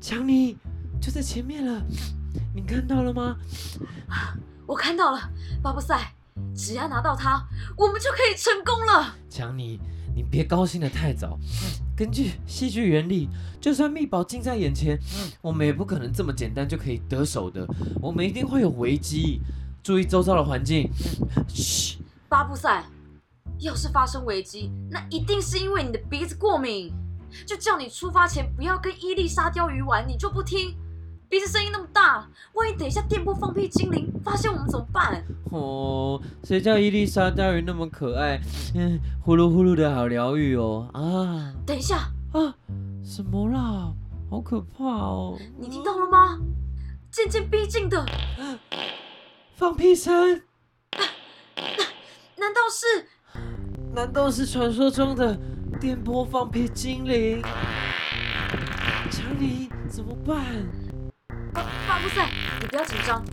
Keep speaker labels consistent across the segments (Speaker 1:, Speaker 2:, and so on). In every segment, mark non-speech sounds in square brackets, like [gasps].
Speaker 1: 强尼就在前面了，你看到了吗？
Speaker 2: 我看到了，巴布赛，只要拿到它，我们就可以成功了。
Speaker 1: 强尼，你别高兴得太早。根据戏剧原理，就算密宝近在眼前，我们也不可能这么简单就可以得手的。我们一定会有危机，注意周遭的环境。嘘，
Speaker 2: 巴布赛，要是发生危机，那一定是因为你的鼻子过敏。就叫你出发前不要跟伊丽莎钓鱼玩，你就不听，鼻子声音那么大，万一等一下电波放屁精灵发现我们怎么办？
Speaker 1: 哦，谁叫伊丽莎大鱼那么可爱？嗯，呼噜呼噜的好疗愈哦。啊
Speaker 2: 等一下，
Speaker 1: 啊，什么啦？好可怕哦！
Speaker 2: 你听到了吗？渐渐逼近的，
Speaker 1: 放屁声？
Speaker 2: 难道是？
Speaker 1: 难道是传说中的电波放屁精灵？强尼怎么办？
Speaker 2: 巴巴布赛，你不要紧张。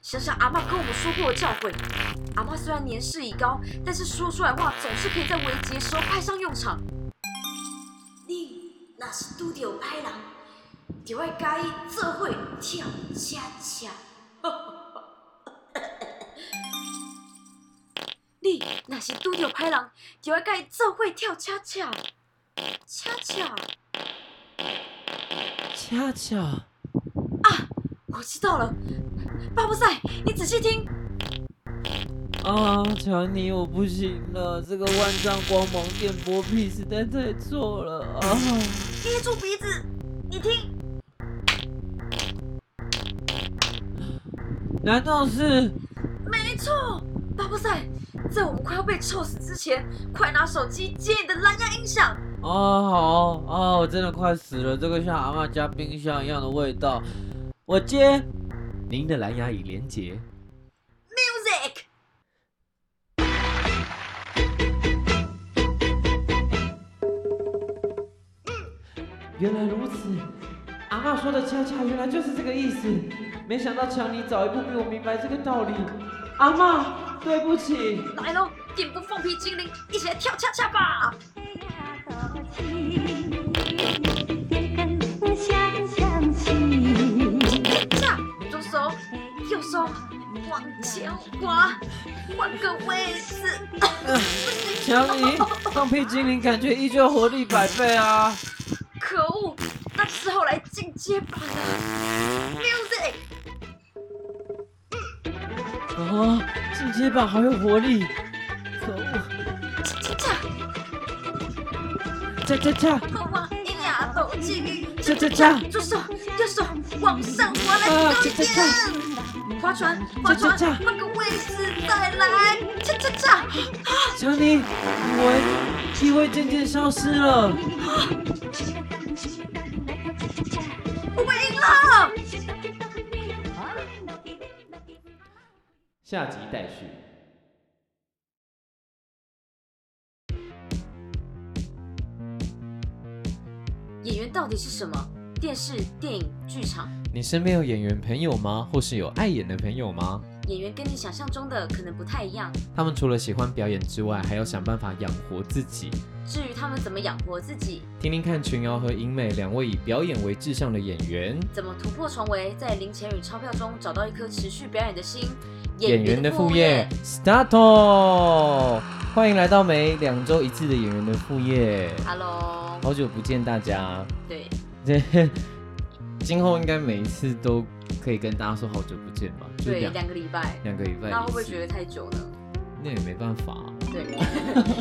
Speaker 2: 想想阿妈跟我们说过的教诲，阿妈虽然年事已高，但是说出来话总是可以在危急的时候派上用场。你若是拄着歹人，就要甲伊做伙跳恰恰。 [laughs] 你若是拄着歹人，就要甲伊做伙跳恰恰，恰恰。
Speaker 1: 恰恰。
Speaker 2: 我知道了，巴布赛，你仔细听，
Speaker 1: 啊，强尼，我不行了！这个万丈光芒电波屁实在太错了啊！
Speaker 2: 憋住鼻子，你听，
Speaker 1: 难道是
Speaker 2: 没错，巴布赛，在我们快要被臭死之前，快拿手机接你的蓝牙音响。
Speaker 1: 啊好啊，我真的快死了！这个像阿妈家冰箱一样的味道。我接，您的蓝牙已连接。
Speaker 2: Music，
Speaker 1: 原来如此，阿妈说的恰恰原来就是这个意思。没想到强尼早一步比我明白这个道理。阿妈，对不起。
Speaker 2: 来喽，点播放屁精灵，一起来跳恰恰吧！
Speaker 3: 也跟我想象起。
Speaker 2: 恰，左手，右手，往前滑，换个位置。
Speaker 1: 强尼，放屁精灵感觉依旧活力百倍啊！
Speaker 2: 可恶，那只好来进阶版了。Music，
Speaker 1: 啊，进阶版好有活力！可恶，
Speaker 2: 恰恰。
Speaker 1: 恰恰恰
Speaker 2: 往哎呀，抖气运，
Speaker 1: 恰恰恰
Speaker 2: 左手右手往上滑来
Speaker 1: 啊
Speaker 2: 高一
Speaker 1: 恰恰
Speaker 2: 点，划船划
Speaker 1: 恰
Speaker 2: 船
Speaker 1: 恰，
Speaker 2: 换个位置再来，恰恰恰，
Speaker 1: 强尼，以为气味渐渐消失了，
Speaker 2: [gasps] 我们赢了！
Speaker 1: 下集待续。
Speaker 2: 演员到底是什么？电视、电影、剧场，
Speaker 1: 你身边有演员朋友吗？或是有爱演的朋友吗？
Speaker 2: 演员跟你想象中的可能不太一样。
Speaker 1: 他们除了喜欢表演之外，还要想办法养活自己。
Speaker 2: 至于他们怎么养活自己，
Speaker 1: 听听看群瑶和银美两位以表演为志向的演员，
Speaker 2: 怎么突破重围，在零钱与钞票中找到一颗持续表演的心，
Speaker 1: 演员的副业 start。欢迎来到每两周一次的演员的副业，
Speaker 2: ，Hello，
Speaker 1: 好久不见大家。 [laughs]
Speaker 2: 对，
Speaker 1: 这今后应该每一次都可以跟大家说好久不见吧？就
Speaker 2: 对，
Speaker 1: 两
Speaker 2: 两个礼拜，
Speaker 1: 两个礼拜一次，
Speaker 2: 那会不会觉得太久呢？
Speaker 1: 那也没办法啊、
Speaker 2: 对， [laughs]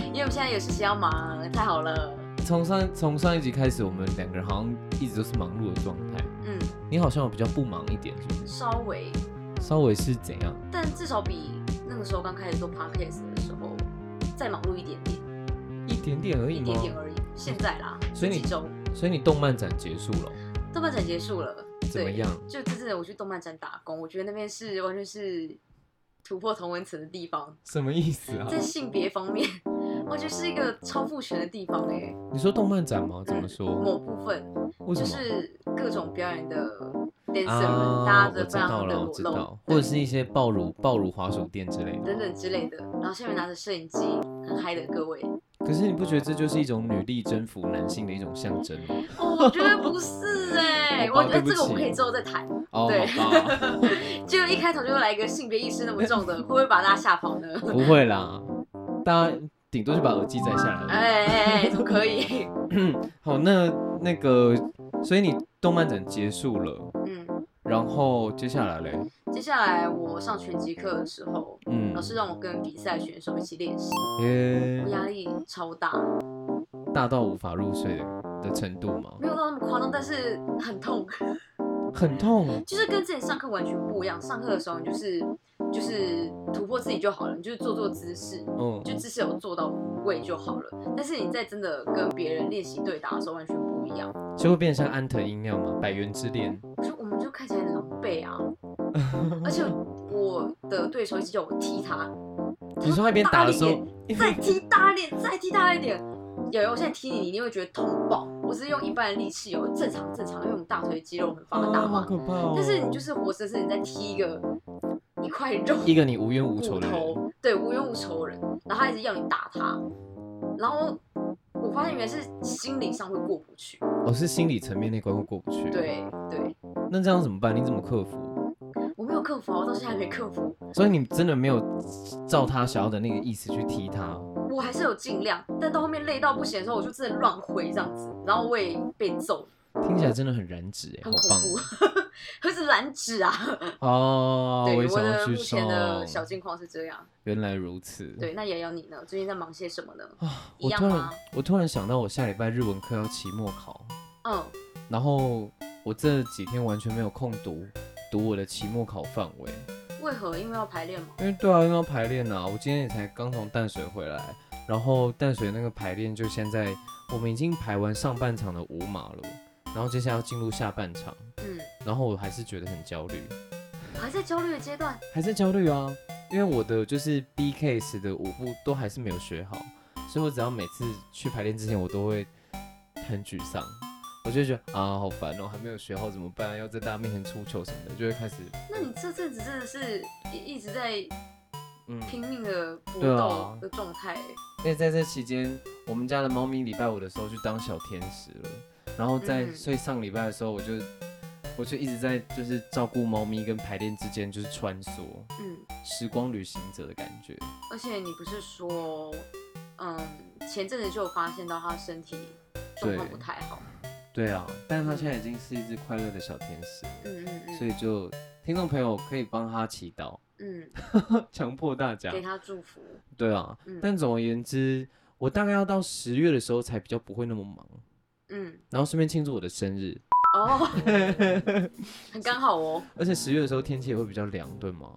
Speaker 2: 因为我们现在有事情要忙，太好了。
Speaker 1: 从上从上一集开始，我们两个人好像一直都是忙碌的状态。
Speaker 2: 嗯，
Speaker 1: 你好像有比较不忙一点，是不是？
Speaker 2: 稍微，
Speaker 1: 稍微是怎样？
Speaker 2: 但至少比那个时候刚开始做 podcast 的时候再忙碌一点点，
Speaker 1: 一点点而已
Speaker 2: 一
Speaker 1: 吗？
Speaker 2: 点点而已。现在啦，
Speaker 1: 嗯所以你
Speaker 2: 这几周
Speaker 1: 所以你动漫展结束了，
Speaker 2: 动漫展结束了，
Speaker 1: 怎么
Speaker 2: 对？
Speaker 1: 样？
Speaker 2: 就这次我去动漫展打工，我觉得那边是完全是突破同文层的地方，
Speaker 1: 什么意思啊？
Speaker 2: 在性别方面， [laughs] 我觉得是一个超父权的地方哎、
Speaker 1: 你说动漫展吗？怎么说？
Speaker 2: 某部分
Speaker 1: 哦为什
Speaker 2: 就
Speaker 1: 么？
Speaker 2: 是各种表演的 dancer 们，大
Speaker 1: 啊
Speaker 2: 家，
Speaker 1: 我
Speaker 2: 的
Speaker 1: 知
Speaker 2: 非
Speaker 1: 道
Speaker 2: 常的
Speaker 1: 了，
Speaker 2: 裸
Speaker 1: 我知
Speaker 2: 露
Speaker 1: 道，，或者是一些爆乳、爆乳滑鼠店之类的。
Speaker 2: 等等之类的，然后下面拿着摄影机很嗨的各位，
Speaker 1: 可是你不觉得这就是一种女力征服男性的一种象征吗？
Speaker 2: 哦我觉得不是哎、
Speaker 1: 好吧
Speaker 2: 我觉得
Speaker 1: 哦对不
Speaker 2: 这个我们
Speaker 1: 起
Speaker 2: 可以之后再谈。
Speaker 1: 哦，
Speaker 2: 对
Speaker 1: 好吧，
Speaker 2: 就一开头就来一个性别意识那么重的，会不会把大家吓跑呢？
Speaker 1: 不会啦，大家顶多就把耳机摘下来而
Speaker 2: 哎哎哎，怎么可以？ [laughs]
Speaker 1: 已。好，那那个，所以你动漫展结束了，
Speaker 2: 嗯，
Speaker 1: 然后接下来嘞，
Speaker 2: 接下来我上拳击课的时候，
Speaker 1: 嗯
Speaker 2: 老，师让我跟比赛选手一起练习，
Speaker 1: 耶
Speaker 2: 我，压力超大，
Speaker 1: 大到无法入睡的的程度吗？
Speaker 2: 没有到那么夸张，但是很痛，
Speaker 1: 很痛，
Speaker 2: 就是跟之前上课完全不一样。上课的时候你就是就是突破自己就好了，你就是做做姿势，
Speaker 1: 嗯，
Speaker 2: 就姿势有做到位就好了。但是你在真的跟别人练习对打的时候完全不一样，
Speaker 1: 就会变得像安藤樱那样吗？百元之恋，
Speaker 2: 就我们就看起来很狼
Speaker 1: [laughs]
Speaker 2: 狈啊。而且我的对手一直叫我踢他，嗯
Speaker 1: 你说那边打的时候，
Speaker 2: 再踢大一点，再踢大一点。有有，我现在踢你，你一定会觉得痛爆。我是用一般的力气哦，有正常正常，因为我们大腿肌肉很发达
Speaker 1: 啊，好
Speaker 2: 嘛。
Speaker 1: 可怕哦！
Speaker 2: 但是你就是活生生你在踢一个一块肉
Speaker 1: 一个你无冤无
Speaker 2: 骨
Speaker 1: 仇的人，
Speaker 2: 头，对，无冤无仇的人，然后他一直要你打他，然后我发现原来是心理上会过不去。
Speaker 1: 哦，是心理层面那关会过不去。，
Speaker 2: 对对，
Speaker 1: 那这样怎么办？你怎么克服？
Speaker 2: 我没有克服啊，我到现在还没克服。
Speaker 1: 所以你真的没有照他想要的那个意思去踢他，
Speaker 2: 我还是有尽量，但到后面累到不行的时候，我就真的乱挥这样子，然后我也被揍，
Speaker 1: 听起来真的很燃脂哎，
Speaker 2: 很
Speaker 1: 好
Speaker 2: 恐
Speaker 1: 棒
Speaker 2: 怖， [laughs] 可是蓝纸啊。
Speaker 1: 哦！
Speaker 2: [laughs] 对，
Speaker 1: 我也
Speaker 2: 我
Speaker 1: 想要
Speaker 2: 的
Speaker 1: 去
Speaker 2: 目前的小
Speaker 1: 瘦。
Speaker 2: 境况是这样。
Speaker 1: 原来如此。
Speaker 2: 对，那瑶瑶你呢？最近在忙些什么呢？
Speaker 1: 啊，
Speaker 2: 一
Speaker 1: 我
Speaker 2: 样
Speaker 1: 突然
Speaker 2: 吗
Speaker 1: 我突然想到，我下礼拜日文课要期末考，
Speaker 2: 嗯，
Speaker 1: 然后我这几天完全没有空读读我的期末考范围。
Speaker 2: 为何？因为要排练吗？
Speaker 1: 因为对啊，因为要排练啊，我今天也才刚从淡水回来，然后淡水那个排练就现在我们已经排完上半场的五马了，然后接下来要进入下半场，
Speaker 2: 嗯，
Speaker 1: 然后我还是觉得很焦虑，
Speaker 2: 还在焦虑的阶段。
Speaker 1: 还是焦虑啊，因为我的就是 B case 的舞步都还是没有学好，所以我只要每次去排练之前，我都会很沮丧，我就觉得啊好烦哦，还没有学好怎么办？要在大家面前出糗什么的，就会开始
Speaker 2: 那你这阵子真的是一一直在
Speaker 1: 嗯
Speaker 2: 拼命的搏
Speaker 1: 对
Speaker 2: 斗
Speaker 1: 啊
Speaker 2: 的状态、欸
Speaker 1: 那在这期间，我们家的猫咪礼拜五的时候去当小天使了，然后在、
Speaker 2: 嗯
Speaker 1: 所以上礼拜的时候，我就我就一直在就是照顾猫咪跟排练之间就是穿梭，
Speaker 2: 嗯，
Speaker 1: 时光旅行者的感觉。
Speaker 2: 而且你不是说，嗯，前阵子就有发现到他身体状况
Speaker 1: 对
Speaker 2: 不太好。
Speaker 1: 对啊，但是它现在已经是一只快乐的小天使了，
Speaker 2: 嗯嗯嗯，
Speaker 1: 所以就听众朋友可以帮它祈祷， [laughs]
Speaker 2: 嗯，
Speaker 1: 强迫大家
Speaker 2: 给。他祝福。
Speaker 1: 对啊，
Speaker 2: 啊嗯
Speaker 1: 但总而言之，我大概要到十月的时候才比较不会那么忙，
Speaker 2: 嗯，
Speaker 1: 然后顺便庆祝我的生日，
Speaker 2: 哦，很刚好哦，
Speaker 1: 而且十月的时候天气也会比较凉，对吗？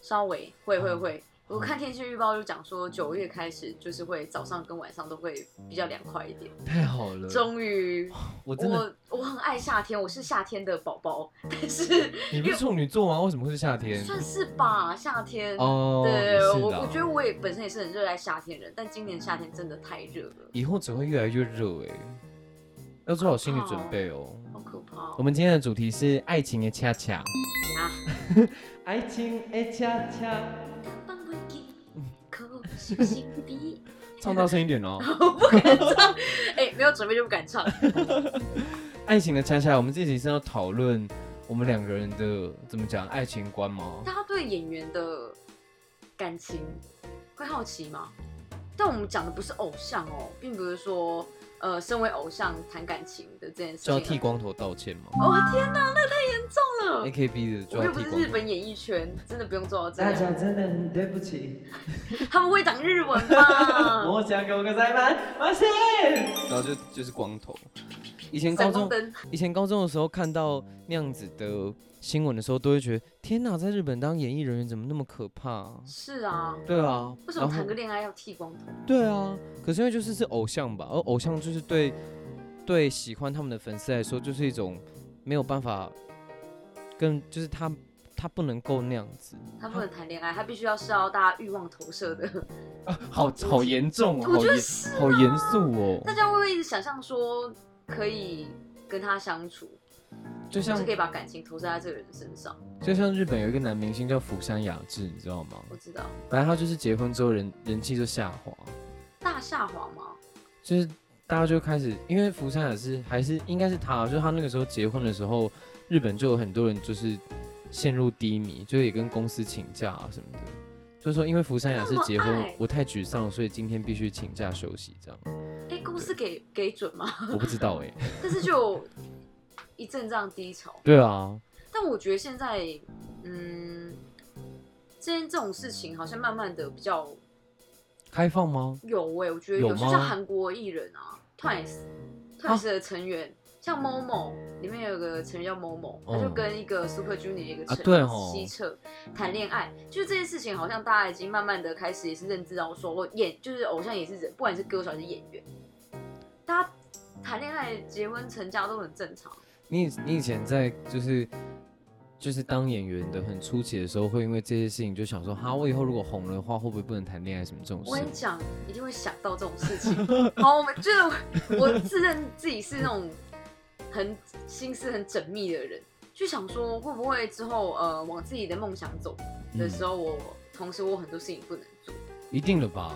Speaker 2: 稍微会会会。我看天气预报就讲说，九月开始就是会早上跟晚上都会比较凉快一点。
Speaker 1: 太好了，
Speaker 2: 终于，
Speaker 1: 我哦真的，
Speaker 2: 我我很爱夏天，我是夏天的宝宝，但是
Speaker 1: 你不是处女座吗？为什么会是夏天？
Speaker 2: [laughs] 算是吧，夏天。
Speaker 1: 哦，
Speaker 2: 对，
Speaker 1: 是
Speaker 2: 我
Speaker 1: 的
Speaker 2: 我觉得我也本身也是很热爱夏天人，但今年夏天真的太热了，
Speaker 1: 以后只会越来越热哎，要做好心理准备哦。
Speaker 2: 好可怕哦、啊
Speaker 1: 我们今天的主题是爱情的恰恰，
Speaker 2: 呀。
Speaker 1: 爱情的恰恰，
Speaker 2: 放不低口是心底 [laughs]
Speaker 1: 唱大声一点哦。
Speaker 2: 哎、没有准备就不敢唱。
Speaker 1: 爱情的恰恰，我们这集是要讨论我们两个人的怎么讲爱情观吗？
Speaker 2: 大家对演员的感情会好奇吗？但我们讲的不是偶像哦，并不是说呃，身为偶像谈感情的这件
Speaker 1: 就
Speaker 2: 事情
Speaker 1: 要
Speaker 2: 啊。
Speaker 1: 剃光头道歉吗
Speaker 2: 哦天哪，那太严重了！
Speaker 1: ？AKB 的就
Speaker 2: 我
Speaker 1: 要
Speaker 2: 又不
Speaker 1: 剃
Speaker 2: 是
Speaker 1: 光
Speaker 2: 日
Speaker 1: 头。
Speaker 2: 本演艺圈，真的不用做到这样。
Speaker 1: 真的很对不起，
Speaker 2: 他们会讲日文
Speaker 1: [laughs]
Speaker 2: 吧？
Speaker 1: 想给我个再版，我信。然后就就是光头，以前高
Speaker 2: 闪
Speaker 1: 中
Speaker 2: 光灯，
Speaker 1: 以前高中的时候看到那样子的新闻的时候，都会觉得天哪，在日本当演艺人员怎么那么可怕、
Speaker 2: 是啊，
Speaker 1: 对啊，
Speaker 2: 为什么谈个恋爱要剃光头？
Speaker 1: 对啊，可是因为就是是偶像吧，而偶像就是对对喜欢他们的粉丝来说，就是一种没有办法跟，就是他他不能够那样子，
Speaker 2: 他不能谈恋爱，他必须要是要大家欲望投射的。
Speaker 1: 好好严重哦，
Speaker 2: [laughs] 我
Speaker 1: 好
Speaker 2: 觉得
Speaker 1: 严
Speaker 2: 是啊
Speaker 1: 好严肃哦
Speaker 2: 大，家会不会一直想象说可以跟他相处，
Speaker 1: 就
Speaker 2: 就
Speaker 1: 像
Speaker 2: 是可以把感情投射在这个人身上？
Speaker 1: 就像日本有一个男明星叫福山雅治，你知道吗？
Speaker 2: 我知道，
Speaker 1: 反正他就是结婚之后人人气就下滑，
Speaker 2: 大下滑吗？
Speaker 1: 就是大家就开始，因为福山雅治还是应该是他，啊就是他那个时候结婚的时候，日本就有很多人就是陷入低迷，就是也跟公司请假啊什么的，就是说因为福山雅治结
Speaker 2: 那么
Speaker 1: 婚
Speaker 2: 爱，
Speaker 1: 我太沮丧了，所以今天必须请假休息
Speaker 2: [laughs]
Speaker 1: 这样。
Speaker 2: 哎，公司给给准吗？ [laughs]
Speaker 1: 我不知道哎、
Speaker 2: 但是就一阵这样低潮。
Speaker 1: 对啊，
Speaker 2: 但我觉得现在，嗯，这件这种事情好像慢慢的比较
Speaker 1: 开放吗？
Speaker 2: 有哎、我觉得
Speaker 1: 有
Speaker 2: 有些
Speaker 1: 吗哦啊
Speaker 2: 像韩国艺人啊，Twice，Twice 的成员、像 Momo，里面有个成员叫 Momo，、
Speaker 1: 哦
Speaker 2: 他就跟一个 Super Junior 一个
Speaker 1: 啊
Speaker 2: 成
Speaker 1: 对
Speaker 2: 员
Speaker 1: 哦
Speaker 2: 西澈谈恋爱，就是这件事情好像大家已经慢慢的开始也是认知到说，哦演就是偶像也是人，不管是歌手还是演员，大家谈恋爱、结婚、成家都很正常。
Speaker 1: 你以你以前在就是就是当演员的很初期的时候，会因为这些事情就想说，哈，我以后如果红了的话，会不会不能谈恋爱什么这种
Speaker 2: 我跟
Speaker 1: 事
Speaker 2: 你？讲，一定会想到这种事情。好，我们就是我自认自己是那种很心思很缜密的人，就想说会不会之后呃往自己的梦想走
Speaker 1: 嗯
Speaker 2: 的时候，我同时我有很多事情不能做
Speaker 1: 一定了吧？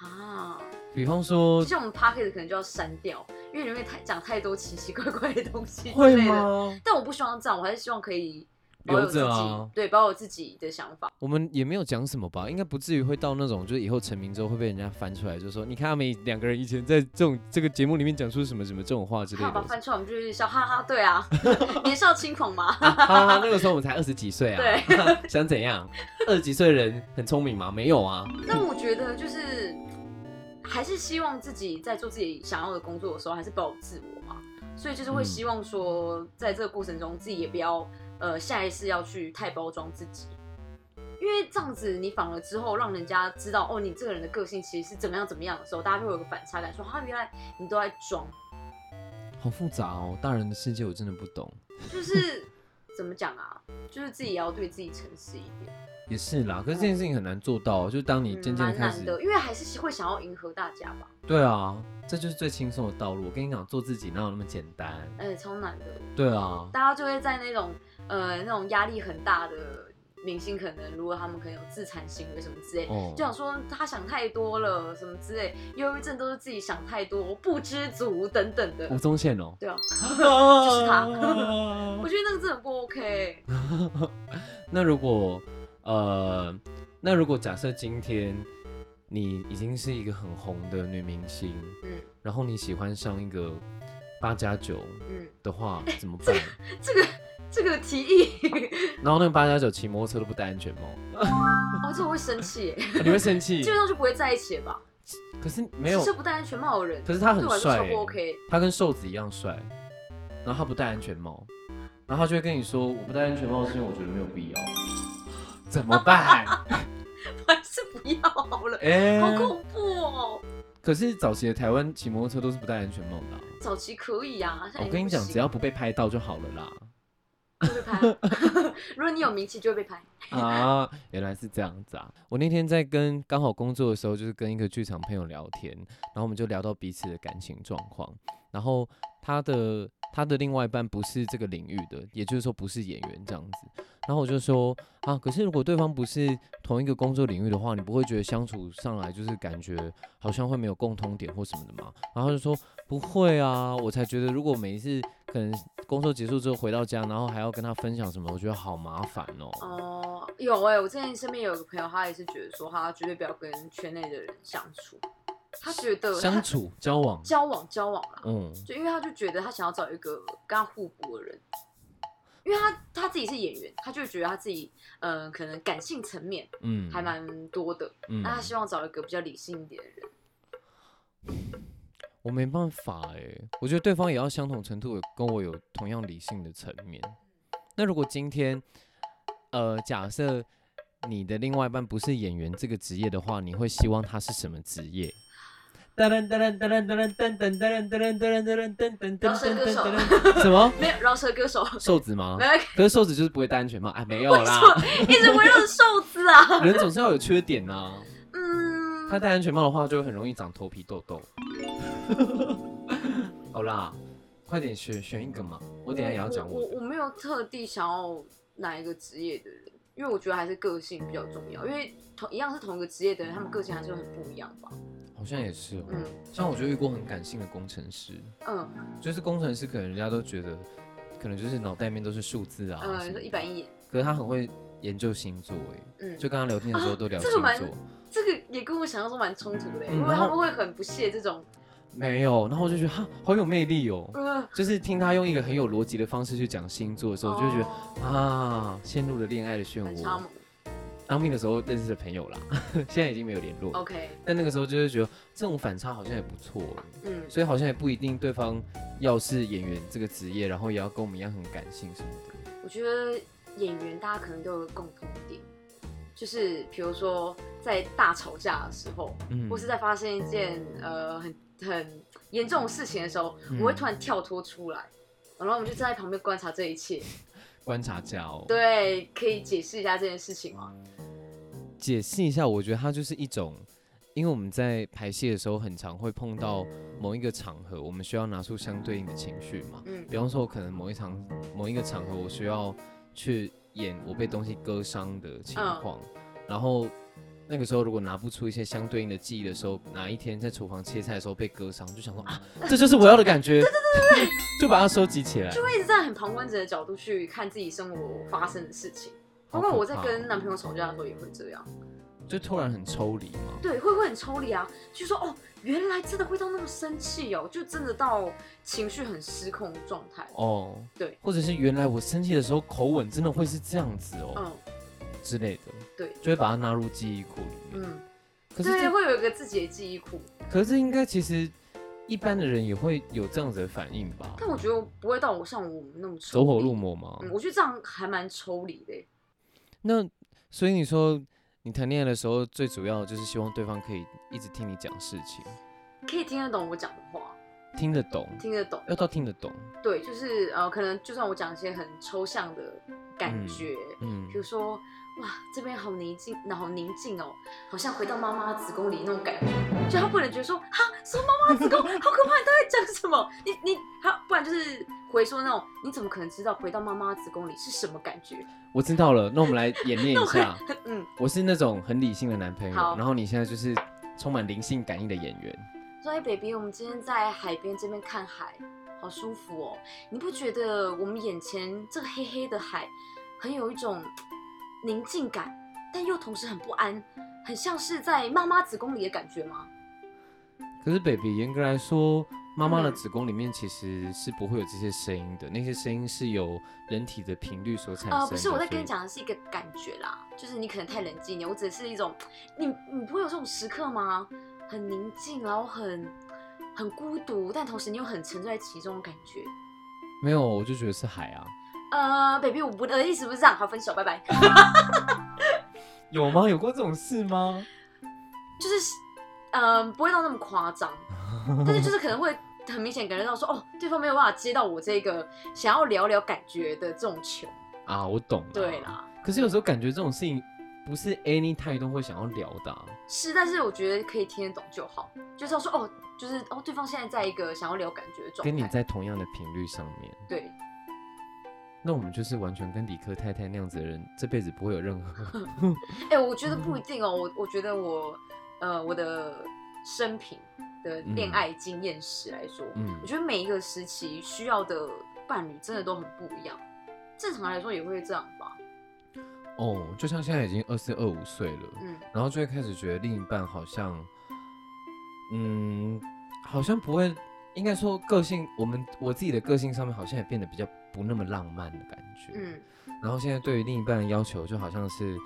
Speaker 2: 啊。
Speaker 1: 比方说
Speaker 2: 就像我们 p o c k e t 可能就要删掉，因为里面太讲太多奇奇怪怪的东西之
Speaker 1: 会
Speaker 2: 类的。
Speaker 1: 吗？
Speaker 2: 但我不希望这样，我还是希望可以保有
Speaker 1: 留
Speaker 2: 自己，
Speaker 1: 着啊
Speaker 2: 对，保有自己的想法。
Speaker 1: 我们也没有讲什么吧，应该不至于会到那种，就是以后成名之后会被人家翻出来，就说你看他们两个人以前在这种这个节目里面讲出什么什么这种话之类
Speaker 2: 好吧，
Speaker 1: 的。
Speaker 2: 翻出来我们就是笑，哈哈，对啊， [laughs] 年少轻狂嘛，
Speaker 1: 哈 [laughs] 哈，那个时候我们才二十几岁啊，
Speaker 2: 对。
Speaker 1: [laughs] 想怎样？二十几岁的人很聪明吗？没有啊，
Speaker 2: 但我觉得就是还是希望自己在做自己想要的工作的时候，还是保有自我嘛。所以就是会
Speaker 1: 嗯
Speaker 2: 希望说，在这个过程中，自己也不要呃下意识要去太包装自己，因为这样子你反而之后让人家知道哦，你这个人的个性其实是怎么样怎么样的时候，大家就会有个反差感，说啊，原来你都在装，
Speaker 1: 好复杂哦，大人的世界我真的不懂。
Speaker 2: 就是
Speaker 1: [laughs]
Speaker 2: 怎么讲啊，就是自己也要对自己诚实一点。
Speaker 1: 也是啦，可是这件事情很难做到，啊就当你
Speaker 2: 嗯
Speaker 1: 渐渐地
Speaker 2: 蛮
Speaker 1: 开
Speaker 2: 难
Speaker 1: 始，
Speaker 2: 的，因为还是会想要迎合大家吧，
Speaker 1: 对啊，这就是最轻松的道路。我跟你讲，做自己哪有那么简单？
Speaker 2: 哎、超难的。
Speaker 1: 对啊，
Speaker 2: 大家就会在那种呃那种压力很大的明星，可能如果他们可能有自残行为什么之类，
Speaker 1: 哦
Speaker 2: 就，想说他想太多了什么之类，忧郁症都是自己想太多，不知足等等的
Speaker 1: 吴。宗宪
Speaker 2: [laughs]
Speaker 1: 哦，
Speaker 2: 对啊，
Speaker 1: 就是
Speaker 2: 他
Speaker 1: [laughs]
Speaker 2: 我觉得那个真的不 OK。
Speaker 1: 那如果呃，那如果假设今天你已经是一个很红的女明星，
Speaker 2: 嗯
Speaker 1: 然后你喜欢上一个八加九
Speaker 2: 嗯，
Speaker 1: 的
Speaker 2: [laughs]
Speaker 1: 话，怎么办？
Speaker 2: 这个这个提议，
Speaker 1: 然后那个八加九骑摩托车都不戴安全帽，啊
Speaker 2: 哦，这我会生气耶，
Speaker 1: 你会生气
Speaker 2: 基。本上就不会在一起了吧？
Speaker 1: 可是没有
Speaker 2: 其，实不戴安全帽的人，
Speaker 1: 可是他很
Speaker 2: 对我来说
Speaker 1: 帅
Speaker 2: 超
Speaker 1: 欸
Speaker 2: 不 OK。
Speaker 1: 他跟瘦子一样帅，然后他不戴安全帽，然后他就会跟你说，我不戴安全帽是因为我觉得没有必要， [laughs] 怎么
Speaker 2: [laughs]
Speaker 1: 办？
Speaker 2: 我还是不要好了，
Speaker 1: 哎、
Speaker 2: 好恐怖哦。
Speaker 1: 可是早期的台湾骑摩托车都是不戴安全帽的啊、
Speaker 2: 早期可以啊，现在
Speaker 1: 我
Speaker 2: 已
Speaker 1: 跟
Speaker 2: 经
Speaker 1: 你
Speaker 2: 不
Speaker 1: 讲，
Speaker 2: 行
Speaker 1: 只要不被拍到就好了啦。
Speaker 2: 就被拍了。 [laughs] 如果你有名气，就会被拍。
Speaker 1: [laughs] 啊，原来是这样子啊！我那天在跟刚好工作的时候，就是跟一个剧场朋友聊天，然后我们就聊到彼此的感情状况。然后他的他的另外一半不是这个领域的，也就是说不是演员这样子。然后我就说啊，可是如果对方不是同一个工作领域的话，你不会觉得相处上来就是感觉好像会没有共通点或什么的吗？然后他就说不会啊，我才觉得如果每一次可能工作结束之后回到家，然后还要跟他分享什么，我觉得好麻烦哦。
Speaker 2: 哦、有哎、我之前身边有一个朋友，他也是觉得说，他绝对不要跟圈内的人相处。他觉得
Speaker 1: 相
Speaker 2: 他
Speaker 1: 处交往，
Speaker 2: 交往交往啦，
Speaker 1: 嗯，
Speaker 2: 就因为他就觉得他想要找一个跟他互补的人，因为他他自己是演员，他就觉得他自己嗯、呃可能感性层面
Speaker 1: 嗯，
Speaker 2: 还蛮多的，
Speaker 1: 嗯，
Speaker 2: 那他希望找一个比较理性一点的人。
Speaker 1: 我没办法哎、我觉得对方也要相同程度有跟我有同样理性的层面。那如果今天，呃，假设你的另外一半不是演员这个职业的话，你会希望他是什么职业？噔噔噔噔噔噔噔噔噔噔噔噔噔噔噔噔哦
Speaker 2: 饶舌歌手
Speaker 1: 什么？
Speaker 2: [laughs] 没有饶舌歌手，
Speaker 1: 瘦子吗
Speaker 2: 没？有
Speaker 1: 可是瘦子就是不会戴安全帽，哎，没有
Speaker 2: 为什么
Speaker 1: 啦，
Speaker 2: 一直围绕着瘦子啊？
Speaker 1: 人总是要有缺点啊。
Speaker 2: 嗯，
Speaker 1: 他戴安全帽的话，就会很容易长头皮痘痘。 [laughs] 好啦，快点选选一个嘛，我等一下也要讲
Speaker 2: 我
Speaker 1: 我的。
Speaker 2: 我没有特地想要哪一个职业的人，因为我觉得还是个性比较重要。因为同一样是同一个职业的人，他们个性还是会很不一样吧。
Speaker 1: 好像也是哦。
Speaker 2: 嗯
Speaker 1: 像我就遇过很感性的工程师，
Speaker 2: 嗯
Speaker 1: 就是工程师可能人家都觉得，可能就是脑袋里面都是数字啊什
Speaker 2: 嗯，
Speaker 1: 么
Speaker 2: 就一
Speaker 1: 的，
Speaker 2: 板一眼。
Speaker 1: 可是他很会研究星座哎，
Speaker 2: 嗯，
Speaker 1: 就跟他聊天的时候
Speaker 2: 啊
Speaker 1: 都聊
Speaker 2: 这
Speaker 1: 星
Speaker 2: 个蛮
Speaker 1: 座，
Speaker 2: 这个也跟我想象中蛮冲突的，欸
Speaker 1: 嗯
Speaker 2: 因为
Speaker 1: 然后
Speaker 2: 他们会很不屑这种，
Speaker 1: 没有，然后我就觉得哈好有魅力哦。
Speaker 2: 呃，
Speaker 1: 就是听他用一个很有逻辑的方式去讲星座的时候，我就觉得
Speaker 2: 得
Speaker 1: 啊，陷入了恋爱的漩
Speaker 2: 哦很
Speaker 1: 涡
Speaker 2: 差。猛。
Speaker 1: 当兵的时候认识的朋友啦， [laughs] 现在已经没有联络。
Speaker 2: OK，
Speaker 1: 但那个时候就是觉得这种反差好像也不错欸，
Speaker 2: 嗯，
Speaker 1: 所以好像也不一定对方要是演员这个职业，然后也要跟我们一样很感性什么的。
Speaker 2: 我觉得演员大家可能都有个共同点，就是比如说在大吵架的时候，
Speaker 1: 嗯
Speaker 2: 或是在发生一件呃很很严重的事情的时候，
Speaker 1: 嗯
Speaker 2: 我会突然跳脱出来，然后我们就站在旁边观察这一切。
Speaker 1: 观察家哦。，
Speaker 2: 对，可以解释一下这件事情吗？
Speaker 1: 解释一下，我觉得它就是一种，因为我们在排戏的时候，很常会碰到某一个场合，我们需要拿出相对应的情绪嘛。
Speaker 2: 嗯
Speaker 1: 比方说，我可能某一场、某一个场合，我需要去演我被东西割伤的情况，然后那个时候如果拿不出一些相对应的记忆的时候，哪一天在厨房切菜的时候被割伤，就想说啊， [laughs] 这就是我要的感觉，对对对对就把它收集起来。
Speaker 2: 会一直站在很旁观者的角度去看自己生活发生的事情。包
Speaker 1: 好
Speaker 2: 括
Speaker 1: 可
Speaker 2: 我在
Speaker 1: 怕哦
Speaker 2: 跟男朋友吵架的时候也会这样，
Speaker 1: 就突然很抽离嘛。
Speaker 2: 对，会会很抽离啊，就说哦，原来真的会到那么生气哦，就真的到情绪很失控的状态。
Speaker 1: 哦，
Speaker 2: 对，
Speaker 1: 或者是原来我生气的时候口吻真的会是这样子哦、
Speaker 2: 嗯
Speaker 1: 之类的，
Speaker 2: 对
Speaker 1: 就会把它纳入记忆库里面。
Speaker 2: 嗯，
Speaker 1: 可是
Speaker 2: 对，
Speaker 1: 这
Speaker 2: 会有一个自己的记忆库，
Speaker 1: 可是应该其实一般的人也会有这样子的反应吧？
Speaker 2: 但我觉得我不会到我像我们那么抽
Speaker 1: 走火
Speaker 2: 离
Speaker 1: 入。魔嘛。
Speaker 2: 嗯，我觉得这样还蛮抽离的耶。
Speaker 1: 那所以你说你谈恋爱的时候，最主要就是希望对方可以一直听你讲事情，
Speaker 2: 可以听得懂我讲的话，
Speaker 1: 听得懂，
Speaker 2: 听得懂。
Speaker 1: 要到听得懂。
Speaker 2: 对，就是呃，可能就算我讲一些很抽象的感觉，
Speaker 1: 嗯
Speaker 2: 比，如说哇，这边好宁静，好宁静哦，好像回到妈妈子宫里那种感觉。就他不能觉得说哈，什么妈妈子宫，好可怕，你到底在讲什么？你你他不然就是回说那种，你怎么可能知道回到妈妈子宫里是什么感觉？
Speaker 1: 我知道了。那我们来演练一
Speaker 2: [laughs]
Speaker 1: 下。
Speaker 2: 嗯，
Speaker 1: 我是那种很理性的男朋友，
Speaker 2: 好
Speaker 1: 然后你现在就是充满灵性感应的演员。
Speaker 2: 说哎，baby，我们今天在海边这边看海，好舒服哦。你不觉得我们眼前这个黑黑的海，很有一种宁静感，但又同时很不安，很像是在妈妈子宫里的感觉吗？
Speaker 1: 可是 baby，严格来说，妈妈的
Speaker 2: 嗯
Speaker 1: 子宫里面其实是不会有这些声音的，那些声音是由人体的频率所产生的。
Speaker 2: 呃，不是，我在
Speaker 1: 所
Speaker 2: 跟
Speaker 1: 以
Speaker 2: 你，讲的是一个感觉啦，就是你可能太冷静了，我只是一种，你你不会有这种时刻吗？很宁静，然后很很孤独，但同时你又很沉醉在其中的感觉。
Speaker 1: 没有，我就觉得是海啊，
Speaker 2: 呃，baby，我不的意思不是这样，好，分手，拜拜。
Speaker 1: 有吗？有过这种事吗？
Speaker 2: 就是嗯，不会到那么夸张，但是就是可能会很明显感觉到说，哦，对方没有办法接到我这个想要聊聊感觉的这种球。
Speaker 1: 啊，我懂。
Speaker 2: 对。啦，
Speaker 1: 可是有时候感觉这种事情不是 any time 都会想要聊的啊、
Speaker 2: 是，但是我觉得可以听得懂就好，就是要说哦，就是哦，对方现在在一个想要聊感觉的状态。
Speaker 1: 跟你在同样的频率上面。
Speaker 2: 对，
Speaker 1: 那我们就是完全跟理科太太那样子的人，这辈子不会有任
Speaker 2: [laughs]
Speaker 1: 何。
Speaker 2: 哎、我觉得
Speaker 1: 嗯
Speaker 2: 不一定哦，我我觉得我呃我的生平的恋爱经验史来说，
Speaker 1: 嗯
Speaker 2: 我，觉得每一个时期需要的伴侣真的都很不一样，正常来说也会这样吧，
Speaker 1: 哦，就像现在已经二四二五岁了，
Speaker 2: 嗯。
Speaker 1: 然后就会开始觉得另一半好像，嗯，好像不会，应该说个性，我们我自己的个性上面好像也变得比较不那么浪漫的感觉。
Speaker 2: 嗯，
Speaker 1: 然后现在对于另一半的要求，就好像是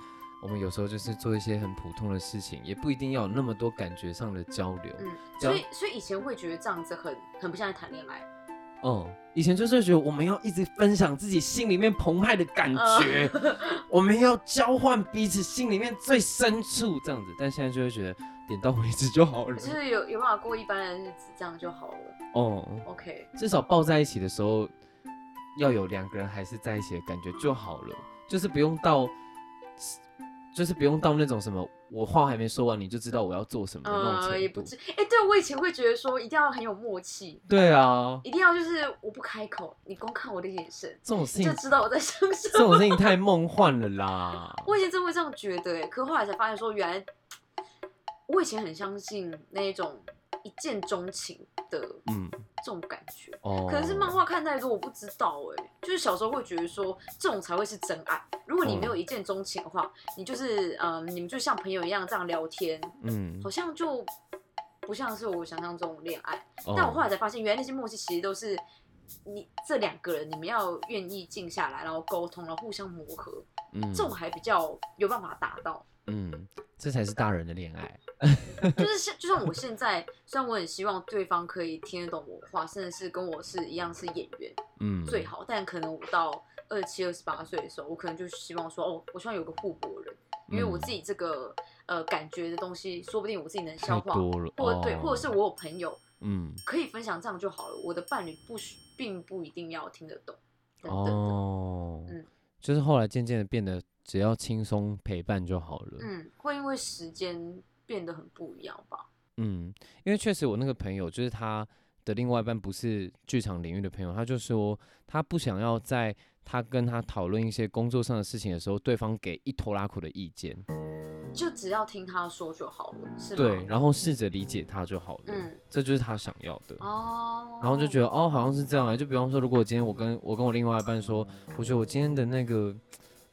Speaker 1: 我们有时候就是做一些很普通的事情，也不一定要有那么多感觉上的交流。
Speaker 2: 嗯，
Speaker 1: 这样
Speaker 2: 所以所以以前会觉得这样子很很不像在谈恋爱，
Speaker 1: 嗯，以前就是觉得我们要一直分享自己心里面澎湃的感觉，我们要交换彼此心里面最深处这样子，但现在就会觉得点到为止就好了
Speaker 2: 就。是有有办法过一般的日子，这样就好了。
Speaker 1: 哦、
Speaker 2: OK，
Speaker 1: 至少抱在一起的时候，要有两个人还是在一起的感觉就好了，就是不用到，就是不用到那种什么我话还没说完你就知道我要做什么的那种
Speaker 2: 呃，也
Speaker 1: 程
Speaker 2: 不
Speaker 1: 度。
Speaker 2: 至，哎、对我以前会觉得说一定要很有默契，
Speaker 1: 对啊，
Speaker 2: 一定要就是我不开口，你光看我的眼神
Speaker 1: 这种事
Speaker 2: 就
Speaker 1: 情，
Speaker 2: 知道我在想什
Speaker 1: 这
Speaker 2: 么。
Speaker 1: 种事情太梦幻了啦。
Speaker 2: 欸我以前真会这样觉得、哎，可后来才发现说原来我以前很相信那一种一见钟情的
Speaker 1: 嗯，
Speaker 2: 这种感觉，
Speaker 1: 哦，
Speaker 2: 可能是漫画看太多，我不知道哎、就是小时候会觉得说这种才会是真爱。如果你
Speaker 1: 嗯
Speaker 2: 没有一见钟情的话，你就是嗯，你们就像朋友一样这样聊天，
Speaker 1: 嗯，
Speaker 2: 好像就不像是我想象中的恋爱。
Speaker 1: 哦
Speaker 2: 但我后来才发现，原来那些默契其实都是你这两个人，你们要愿意静下来，然后沟通，然后互相磨合，
Speaker 1: 嗯
Speaker 2: 这种还比较有办法达
Speaker 1: [laughs]
Speaker 2: 到。
Speaker 1: 嗯，这才是大人的恋爱。
Speaker 2: 就是像就像我现在，虽然我很希望对方可以听得懂我话，甚至是跟我是一样是演员
Speaker 1: 嗯，
Speaker 2: 最好，但可能我到二七二十八岁的时候，我可能就希望说，哦，我希望有个互补的人，因为我
Speaker 1: 嗯
Speaker 2: 自己这个呃感觉的东西，说不定我自己能消
Speaker 1: 太
Speaker 2: 化，
Speaker 1: 多了，
Speaker 2: 或对，
Speaker 1: 哦
Speaker 2: 或者是我有朋友
Speaker 1: 嗯
Speaker 2: 可以分享，这样就好了。我的伴侣不需并不一定要听得懂，等等的，
Speaker 1: 哦
Speaker 2: 嗯，
Speaker 1: 就是后来渐渐的变得只要轻松陪伴就好了。
Speaker 2: 嗯，会因为时间变得很不一样吧？
Speaker 1: 嗯，因为确实我那个朋友就是他的另外一半不是剧场领域的朋友，他就说他不想要在他跟他讨论一些工作上的事情的时候，对方给一头拉苦的意见，
Speaker 2: 就只要听他说就好了，是吗？
Speaker 1: 对，，然后试着理解他就好了，
Speaker 2: 嗯，
Speaker 1: 这就是他想要的。
Speaker 2: 哦，
Speaker 1: 然后就觉得哦，好像是这样啊。就比方说，如果今天我跟我跟我另外一半说，我觉得我今天的那个